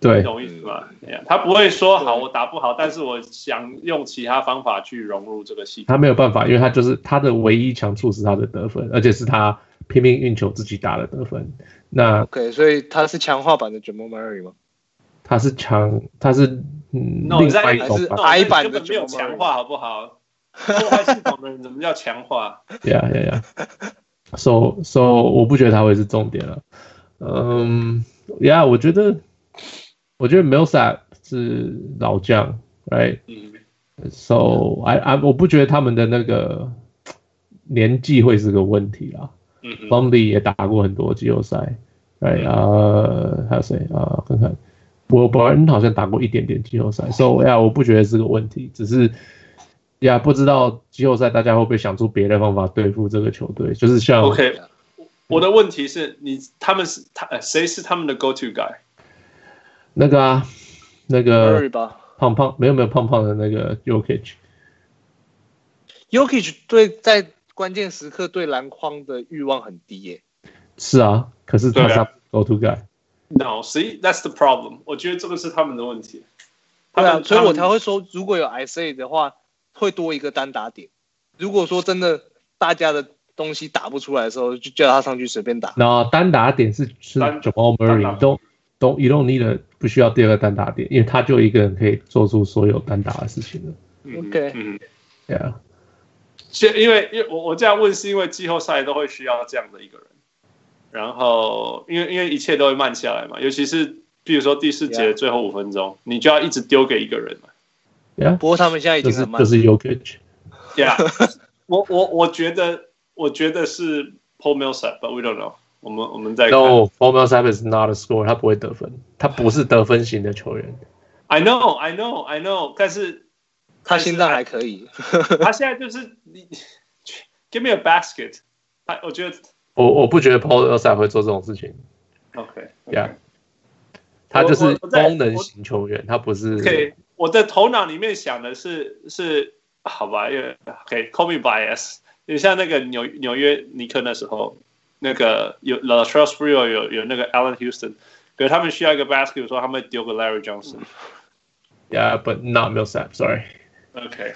你对懂我意思吗？Yeah，他不会说好对我打不好，但是我想用其他方法去融入这个系统。他没有办法，因为他就是他的唯一强处是他的得分，而且是他拼命运球自己打的得分。那 OK，所以他是强化版的 Jamal Murray 吗？他是强，他是嗯 No，另在外一还种是方法。矮版根的本没有 Jamal Murray 强化，好不好？破坏系统的人怎么叫强化？ Yeah, yeah, yeah. So, so 我不觉得他会是重点了。嗯、y e a h 我觉得，我觉得 Millsap 是老将，right？嗯 So I I 我不觉得他们的那个年纪会是个问题啦。嗯嗯 b u m b y 也打过很多季后赛，right？呃，还有谁啊？看看，Will Barton 好像打过一点点季后赛，So yeah，我不觉得是个问题，只是呀，不知道季后赛大家会不会想出别的方法对付这个球队，就是像，OK。我的问题是你他们是他呃谁是他们的 go to guy？那个啊，那 m u r 个 r y 吧胖胖没有没有胖胖的那个 Yokich， ，Yokich 对在关键时刻对篮筐的欲望很低耶。是啊，可是他对是啊 go to guy， No，see that's the problem。我觉得这个是他们的问题。他对啊，们所以他我们才会说，如果有 SA 的话，会多一个单打点。如果说真的大家的东西打不出来的时候，就叫他上去随便打。那单打点是是单 Jamal 单 Murray，打 don't don't you don't need a, 不需要第二个单打点，因为他就一个人可以做出所有单打的事情了。嗯 OK 嗯， Yeah，现因为因为我我这样问是因为季后赛都会需要这样的一个人，然后因为因为一切都会慢下来嘛，尤其是比如说第四节 Yeah 最后五分钟，你就要一直丢给一个人嘛。 yeah，不过他们现在已这经是很慢这，是 Yokich， Yeah，我我我觉得我觉得是 Paul Millsap，but we don't know。我们我们在 No, f o r m e l s a p is not a scorer，他不会得分，他不是得分型的球员。 I know I know I know，但是他心脏还可以。他现在就是你 give me a basket，他我觉得我我不觉得 Paul e l s a p 会做这种事情 OK ，Yeah，他就是我我在功能型球员，他不是 OK，我的头脑里面想的是是好吧，因为 OK，call、me bias，你像那个纽纽约尼克那时候，那个有 l a t r e l l s b r i o 有有那个 Allen Houston，可是他们需要一个 basket 的时候，他们会丢个 Larry Johnson。 Yeah，but not m i l s a p Sorry， OK，、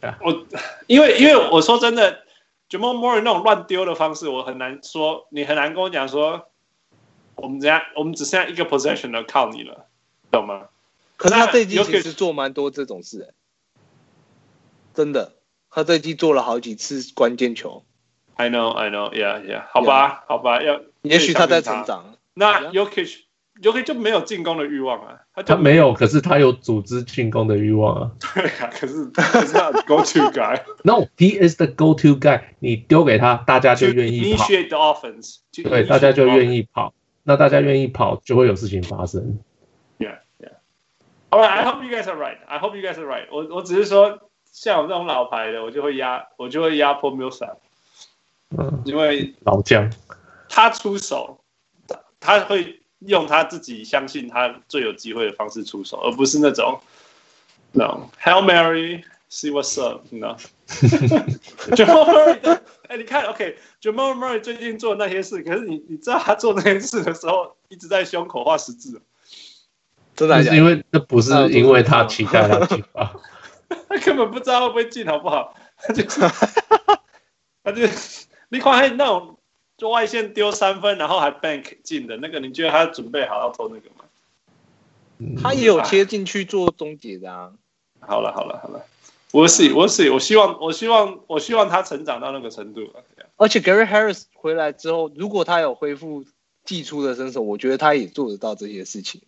Yeah. 我因为因为我说真的，Jamal Murray 那种乱丢的方式，我很难说，你很难跟我讲说，我们怎样，我们只剩下一个 possession 了，靠你了，懂吗？可是他这一季那其实做蛮多这种事、欸，真的，他这一季做了好几次关键球。 I know, I know, yeah, yeah。好吧，好吧，要也许他在成。长，那 Yokich Yokich 就没有进攻的欲望啊，他就他没有，可是他有组织进攻的欲望啊。 对啊，可是可是他 go to guy No，he is the go-to guy，你丢给 他，大家就 to 愿意跑， initiate the offense，对，大家就愿意。意跑。那大家愿意跑，就会有事情发生。 Yeah, yeah. All right, I hope you guys are right. I hope you guys are right. 我我只是说，像我这种老牌的，我就会压，我就会压迫 Millsap，嗯，因为老将，他出手，他他会用他自己相信他最有机会的方式出手，而不是那种那种 Hail Mary。See what's up，你知道 ？Jamal Murray，哎，你看，OK，Jamal Murray 最近做那些事，可是你你知道他做那些事的时候，一直在胸口画十字，哦真的那还是假的因为那不是因为他期待他进吧？他根本不知道会不会进，好不好？ 他就是，他就是，你看还那种就外线丢三分，然后还 bank 进的那个，你觉得他准备好要投那个吗？嗯他也有切进去做终结的啊。好了，好了，好了，我是我是，我希望我希望我希望他成长到那个程度啊了。这样而且 Gary Harris 回来之后，如果他有恢复技出的身手，我觉得他也做得到这些事情。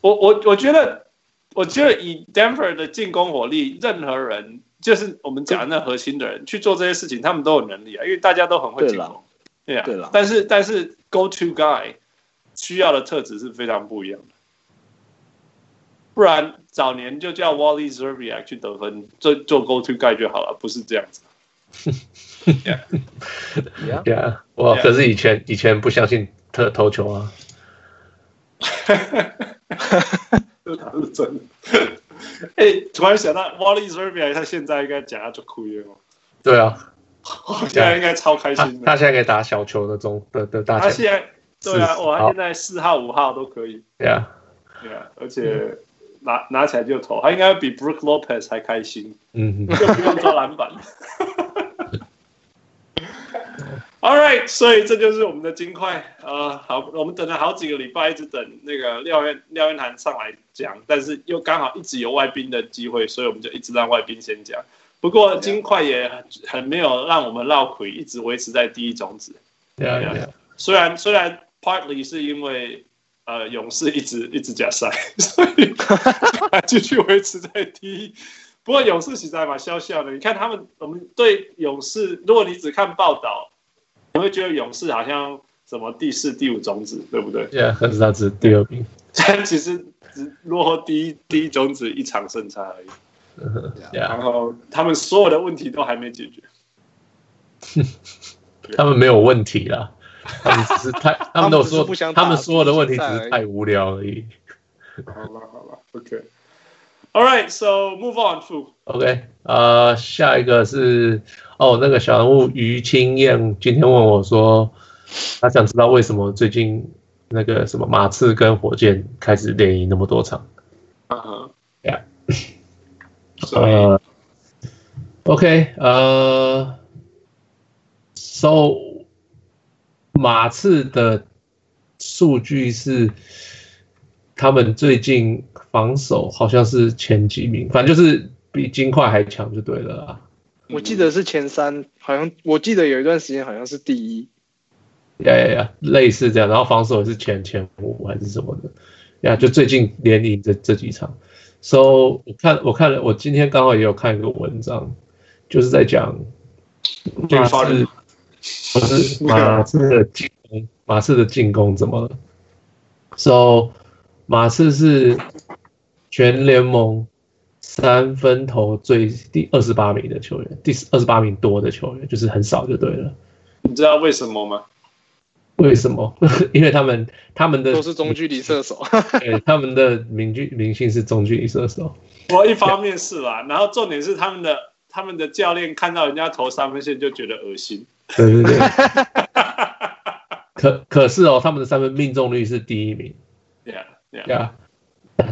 我我我觉得，我觉得以 Denver 的进攻火力，任何人就是我们讲的那核心的人去做这些事情，他们都有能力啊，因为大家都很会进对攻。对啊，对啦但是但是 Go To Guy 需要的特质是非常不一样的，不然早年就叫 Wally Zerbiak 去得分，做做 Go To Guy 就好了，不是这样子。 Yeah， Yeah，我 Yeah 啊可是以前以前不相信特投球啊。啊这哪是真 的？哎、突然想到 Wally Zerbiak，他现在应该讲他就哭了，对啊，我现在应该超开他心的。他现在可以打小球的中的的大他前现在对啊，四哇，他号现在四号、五号都可以， ，Yeah，对啊，而且拿拿起来就投，他应该比 Brook Lopez 还开心，嗯， 就不用抓篮板。All right，所以这就是我们的金块啊、呃好，我们等了好几个礼拜，一直等那个廖院廖院涵上来讲，但是又刚好一直有外宾的机会，所以我们就一直让外宾先讲。不过金块也很很没有让我们绕魁，一直维持在第一种子。 ，Yeah Yeah，虽然虽然 partly 是因为呃勇士一直一直加赛， 所以还继续维持在第一。不过勇士其实还蛮笑笑的，你看他们，我们对勇士，如果你只看报道，你会觉得勇士好像什么第四、第五种子，对不对？ Yeah，可是他是第二名。但其实只落后第一第一种子一场胜差而已。然 Yeah，后他们所有的问题都还没解决。他们没有问题啦，他们只是太，他们都有他们只是说不想，打他们所有的问题只是太无聊而已。好了好了，OK。All right, so move on to OK，呃，下一个是哦，那个小人物于清燕今天问我说，他想知道为什么最近那个什么马刺跟火箭开始连赢那么多场。嗯哼 Yeah. 所以呃，OK，呃，So 马刺的数据是他们最近防守好像是前几名，反正就是比金块还强就对了啦。我记得是前三，好像我记得有一段时间好像是第一。呀呀呀，类似这样，然后防守也是前前五还是什么的，呀、就最近连赢这这几场。So 我看我看了，我今天刚好也有看一个文章，就是在讲马 James Harden 刺，不是马刺的进攻，马刺的进攻怎么了？So 马刺是全联盟三分投最第二十八名的球员，第二十八名多的球员，就是很少就对了。你知道为什么吗？为什么？ 因为他们他们的都是中距离射手，对，他们的明距明星是中距离射手。我一方面是啦，然后重点是他们的他们的教练看到人家投三分线就觉得恶心。对对 对。可可是哦，他们的三分命中率是第一名 Yeah, yeah. 呀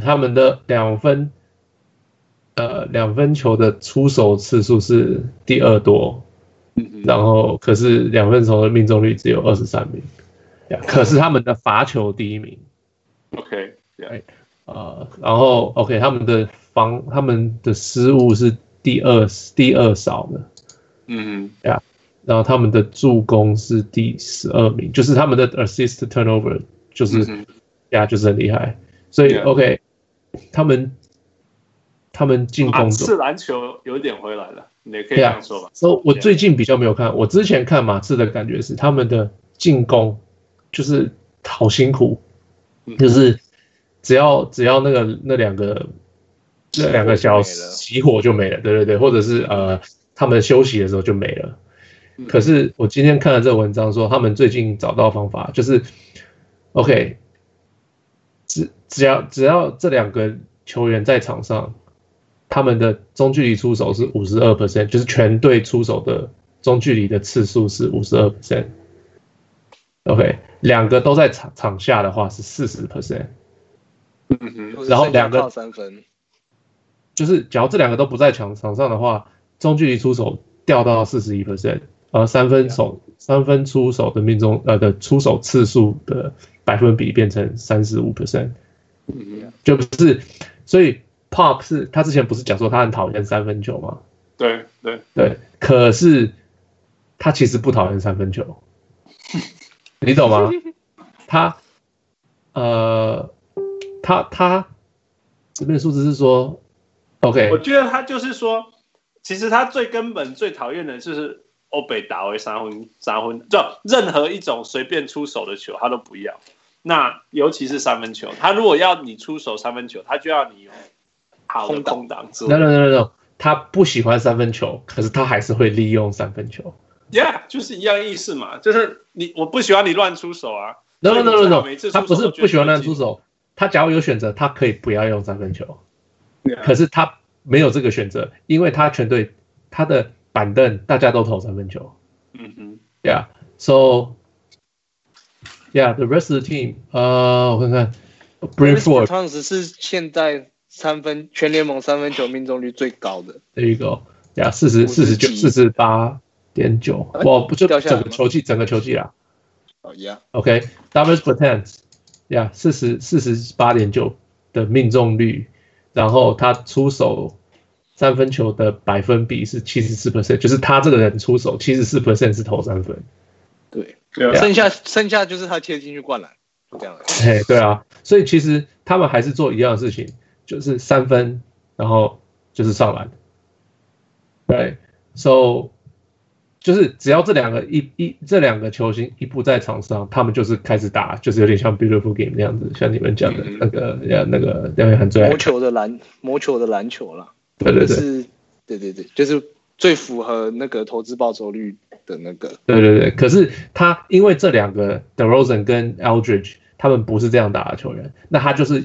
他们的两分，呃，两分球的出手次数是第二多，嗯哼然后可是两分球的命中率只有二十三名呀可是他们的罚球第一名。 OK, yeah. 呃，然后 OK，他们的防他们的失误是第二第二少的，嗯哼然后他们的助攻是第十二名，就是他们的 assist to turnover 就是嗯哼呀、就是很厉害，所以 Yeah OK，他们他们进马攻者刺篮球有点回来了，你也可以这样说吧。所以我 Yeah 最近比较没有看，我之前看马刺的感觉是他们的进攻就是好辛苦嗯，就是只要只要那个那两个那两个小时起火就没了，对对对，或者是呃他们休息的时候就没了嗯。可是我今天看了这文章说，他们最近找到方法，就是 OK，只只要只要这两个球员在场上，他们的中距离出手是五十二 percent，就是全队出手的中距离的次数是五十二 percent。OK，两个都在场场下的话是四十 percent，嗯 哼，然后两个靠三分，就是假如这两个都不在场场上的话，中距离出手掉到四十一 percent，而三分手三分出手的命中呃的出手次数的百分比变成三十五 percent。嗯哼，就不是，所以 Pop 是他之前不是讲说他很讨厌三分球吗？对对，对，可是他其实不讨厌三分球，你懂吗？他呃，他他这边的数字是说，OK，我觉得他就是说，其实他最根本、最讨厌的就是欧北打为三分、三分，就任何一种随便出手的球他都不要。那尤其是三分球，他如果要你出手三分球，他就要你有好的空档空档之类 no no no no no，他不喜欢三分球，可是他还是会利用三分球。 Yeah，就是一样意思嘛，就是你我不喜欢你乱出手啊。 no no no no 所以你知道每 no，次出手他不是都觉得不喜欢乱自己出手，他假如有选择，他可以不要用三分球。可 Yeah，是他没有这个选择，因为他全队他的板凳大家都投三分球嗯哼， ，Yeah。So yeah, the rest of the team，呃，我看看 b r i n f o r d 汤姆是现在三分全联盟三分球命中率最高的， there you go，Yeah，四十四十九四十八点九，哎哇，不就掉下来整了个球季整个球季啊哦呀， ，OK，Davis p a t e n s y e a h 四十四十八点九的命中率，然后他出手三分球的百分比是七十四 percent，就是他这个人出手七十四 percent 是投三分。对，对啊剩下剩下就是他切进去灌篮，就这样了。 嘿，对啊，所以其实他们还是做一样的事情，就是三分，然后就是上篮。对，so 就是只要这两个一一这两个球星一不在场上，他们就是开始打，就是有点像 beautiful game 那样子，像你们讲的嗯那个呃那个廖元涵最爱魔，球的篮魔球的篮球啦，对对就对是对对对，就是最符合那个投资报酬率的那个。对对对。可是他因为这两个 d e r o s e n 跟 Aldridge 他们不是这样打的球员，那他就是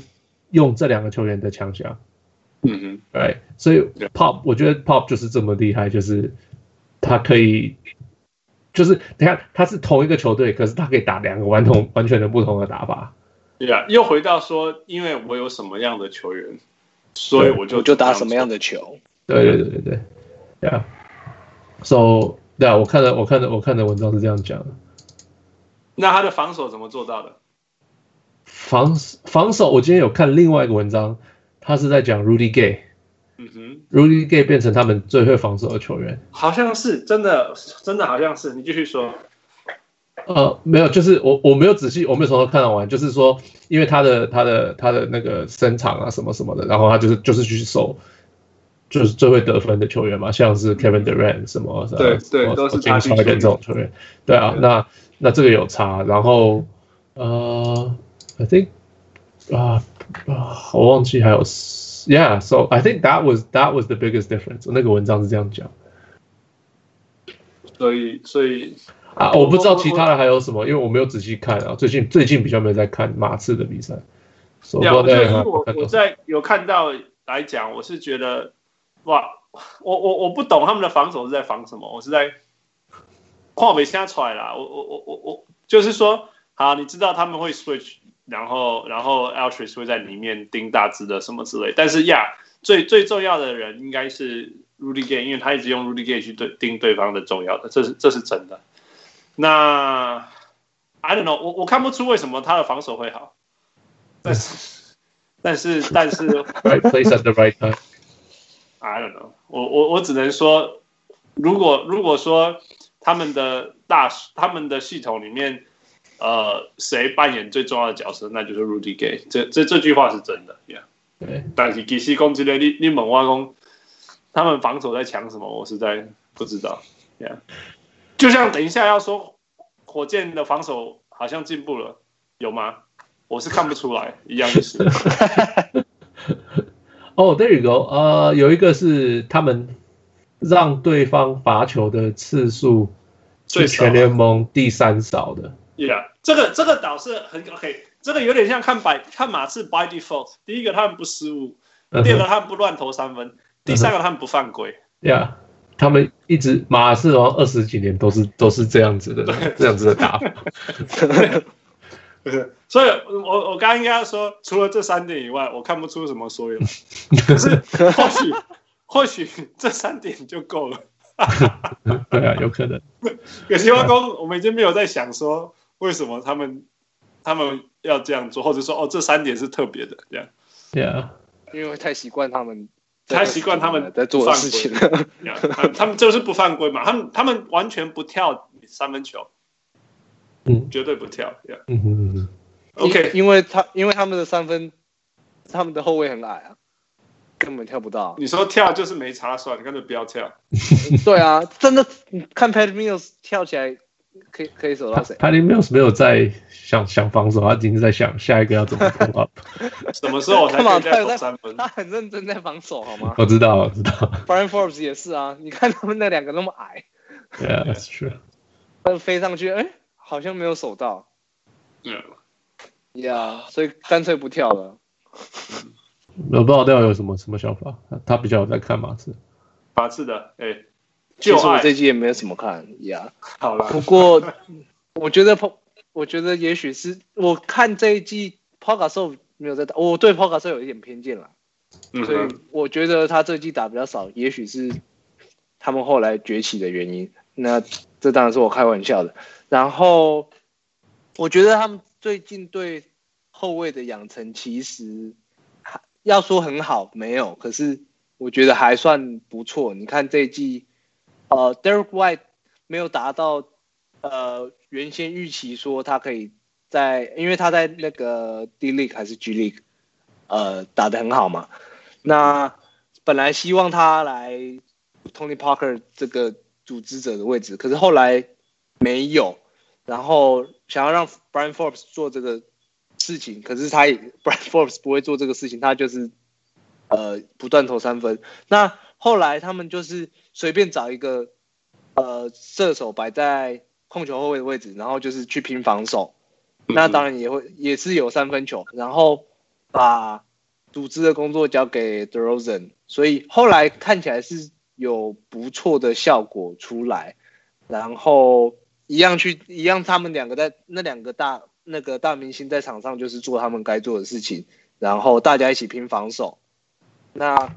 用这两个球员的强项。嗯哼，对，所以 Yeah. pop 我觉得 pop 就是这么厉害，就是他可以，就是你看他是同一个球队，可是他可以打两个完同完全的不同的打法。对啊，又回到说，因为我有什么样的球员，所以我就我就打什么样的球。对对对对对，Yeah。So 对啊，我看的我看的我看的文章是这样讲的。那他的防守怎么做到的？防防守，我今天有看另外一个文章，他是在讲 Rudy Gay。嗯哼，Rudy Gay 变成他们最会防守的球员。好像是真的，真的好像是。你继续说。呃，没有，就是我我没有仔细，我没有从头看完，就是说，因为他的他的他的那个身长啊什么什么的，然后他就是就是去守，就是最会得分的球员嘛，像是 Kevin Durant 什么，对对什么都是 James 他去 Harden 这种球员，对啊，对那那这个有差，然后呃，I think 啊、啊，我忘记还有，Yeah，so I think that was that was the biggest difference。那个文章是这样讲。所以所以啊，我不知道其他的还有什么，因为我没有仔细看啊。最近最近比较没有在看马刺的比赛，所以呀，我我不觉知道大家有没有得啊以我看我到。在有看到来讲，我是觉得，哇，我我我不懂他们的防守是在防什么，我是在跨北瞎出来啦。我我我我我就是说，好，你知道他们会 switch，然后然后 a l t r i s 会在里面盯大只的什么之类，但是呀最最重要的人应该是 Rudy Gay，因为他一直用 Rudy Gay 去对盯对方的重要的，这是这是真的。那 I don't know，我我看不出为什么他的防守会好，但是但是但是 Right place at the right time。 I don't know，我我我只能说，如果如果说他们的大他们的系统里面，呃，谁扮演最重要的角色，那就是 Rudy Gay。这这这句话是真的，Yeah。对，但是其实攻击类，你你猛挖攻，他们防守在抢什么，我实在不知道。Yeah，就像等一下要说火箭的防守好像进步了，有吗？我是看不出来，一样 的是。哦、t h e r e you go。呃，有一个是他们让对方罚球的次数最是少全联盟第三少的。 Yeah，这个这个倒是很 OK，这个有点像看百看马刺 by default。第一个他们不失误，嗯第二哼个他们不乱投三分，第三个他们不犯规。 ，Yeah，他们一直马刺好像二十几年都是都是这样子的这样子的打法。 所以我，我我刚刚应该说，除了这三点以外，我看不出什么所以 然。可是或许或许这三点就够了。对啊，有可能。可惜挖工，我们已经没有在想说为什么他们他们要这样做，或者说哦这三点是特别的这样。 Yeah，因为太习惯他们， 太习惯他们在做的事情了。 Yeah，他们他们就是不犯规嘛，他们他们完全不跳三分球，嗯绝对不跳。Yeah. 嗯哼嗯哼 OK，因为他因为他们的三分，他们的后卫很矮啊，根本跳不到啊、你说跳就是没差算，你干脆不要跳。嗯 对啊，真的你看 Pat Mills 跳起来，可以可以守到谁？ 他连 m i l s 没有在想想防守，他已经在想下一个要怎么 pull up。什么时候我才可以再投三分？他很认真在防守，好 吗我知道，我知道？Brian Forbes 也是啊，你看他们那两个那么矮， ，Yeah, that's true。他们飞上去，哎、好像没有守到 Yeah. 呀所以干脆不跳了。我不知道廖有什么什么想法，他他比较有在看马刺。马刺的，哎，其就实我爱这季也没有什么看呀好了。 不过我觉得彭，我觉得也许是我看这一季 p o g a s o 没有在打，我对 p o g a s o 有一点偏见了，嗯所以哼，我觉得他这一季打比较少，也许是他们后来崛起的原因。那这当然是我开玩笑的。然后我觉得他们最近对后卫的养成，其实还要说很好没有，可是我觉得还算不错。你看这一季，呃，Derek White 没有达到呃原先预期说他可以在，因为他在那个 D League 还是 G League，呃，打得很好嘛。那本来希望他来 Tony Parker 这个组织者的位置，可是后来没有，然后想要让 Brian Forbes 做这个事情，可是他也 Brian Forbes 不会做这个事情，他就是呃不断投三分。那后来他们就是随便找一个呃射手摆在控球后卫的位置，然后就是去拼防守。那当然也会也是有三分球，然后把组织的工作交给 DeRozan，所以后来看起来是有不错的效果出来，然后一样去一样他们两个在那两个大那个大明星在场上就是做他们该做的事情，然后大家一起拼防守，那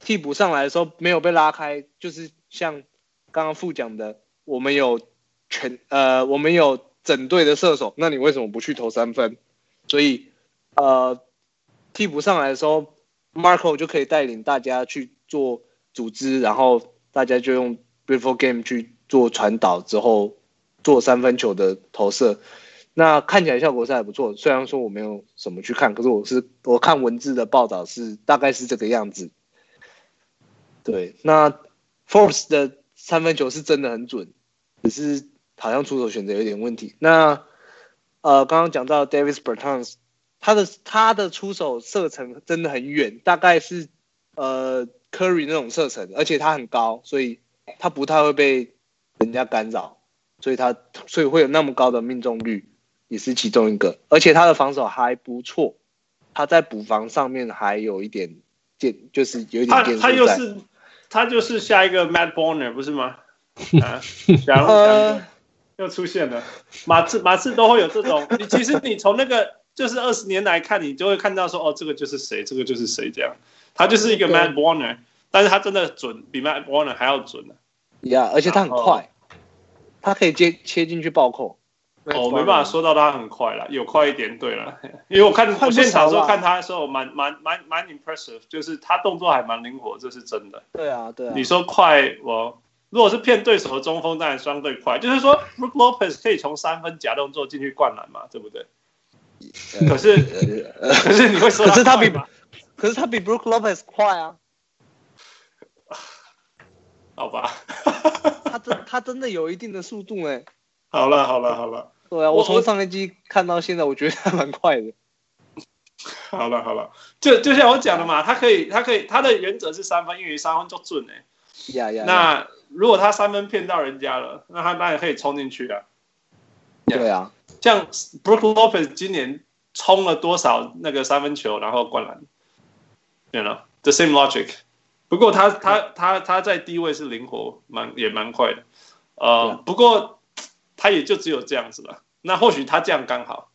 替补上来的时候没有被拉开，就是像刚刚副讲的，我们有全呃，我们有整队的射手，那你为什么不去投三分？所以呃，替补上来的时候，Marco 就可以带领大家去做组织，然后大家就用 Beautiful Game 去做传导，之后做三分球的投射。那看起来效果是还不错，虽然说我没有什么去看，可是我是我看文字的报道是大概是这个样子。对，那 Forbes 的三分球是真的很准，只是好像出手选择有点问题。那呃，刚刚讲到 Davis Bertans，他的他的出手射程真的很远，大概是呃 Curry 那种射程，而且他很高，所以他不太会被人家干扰，所以他所以会有那么高的命中率。也是其中一个，而且他的防守还不错，他在补防上面还有一点建，就是有一点建他他又是他就是下一个 Matt Bonner 不是吗？ 啊，然后、呃、又出现了马刺，马刺都会有这种。你其实你从那个就是二十年来看，你就会看到说哦，这个就是谁，这个就是谁这样。他就是一个 Matt Bonner，但是他真的准，比 Matt Bonner 还要准呢、啊。呀，yeah, 而且他很快，他可以接切进去暴扣。哦，没办法说到他很快了，有快一点对了， 因为我看我现场时啊候看他的时候，蛮蛮蛮蛮 impressive，就是他动作还蛮灵活，这是真的。对啊，对啊。你说快，我如果是骗对手的中锋，当然相对快，就是说 Brook Lopez 可以从三分假动作进去灌篮嘛，对不对？呃可是 可是你会说，可是他比可是他比 Brook Lopez 快啊。好吧， 他真 他真的有一定的速度哎。好了好了好了，对啊，我从上一季看到现在，我觉得还蛮快的。好了好了，就就像我讲的嘛，他可以他可以他的原则是三分，因为三分就准哎、欸。呀呀。那如果他三分骗到人家了，那他当然可以冲进去啊。 Yeah, 对啊，像 Brook Lopez 今年冲了多少那个三分球，然后灌篮，You know the same logic。不过他他他他在低位是灵活，蛮也蛮快的。呃，啊不过。他也就只有这样子了，那或许他这样刚好，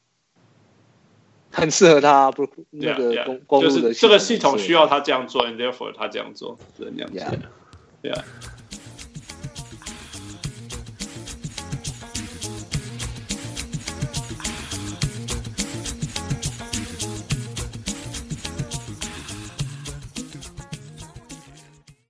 很适合他不那个公公路的，就是这个系统需要他这样做，and therefore 他这样做，只能这样子，对啊。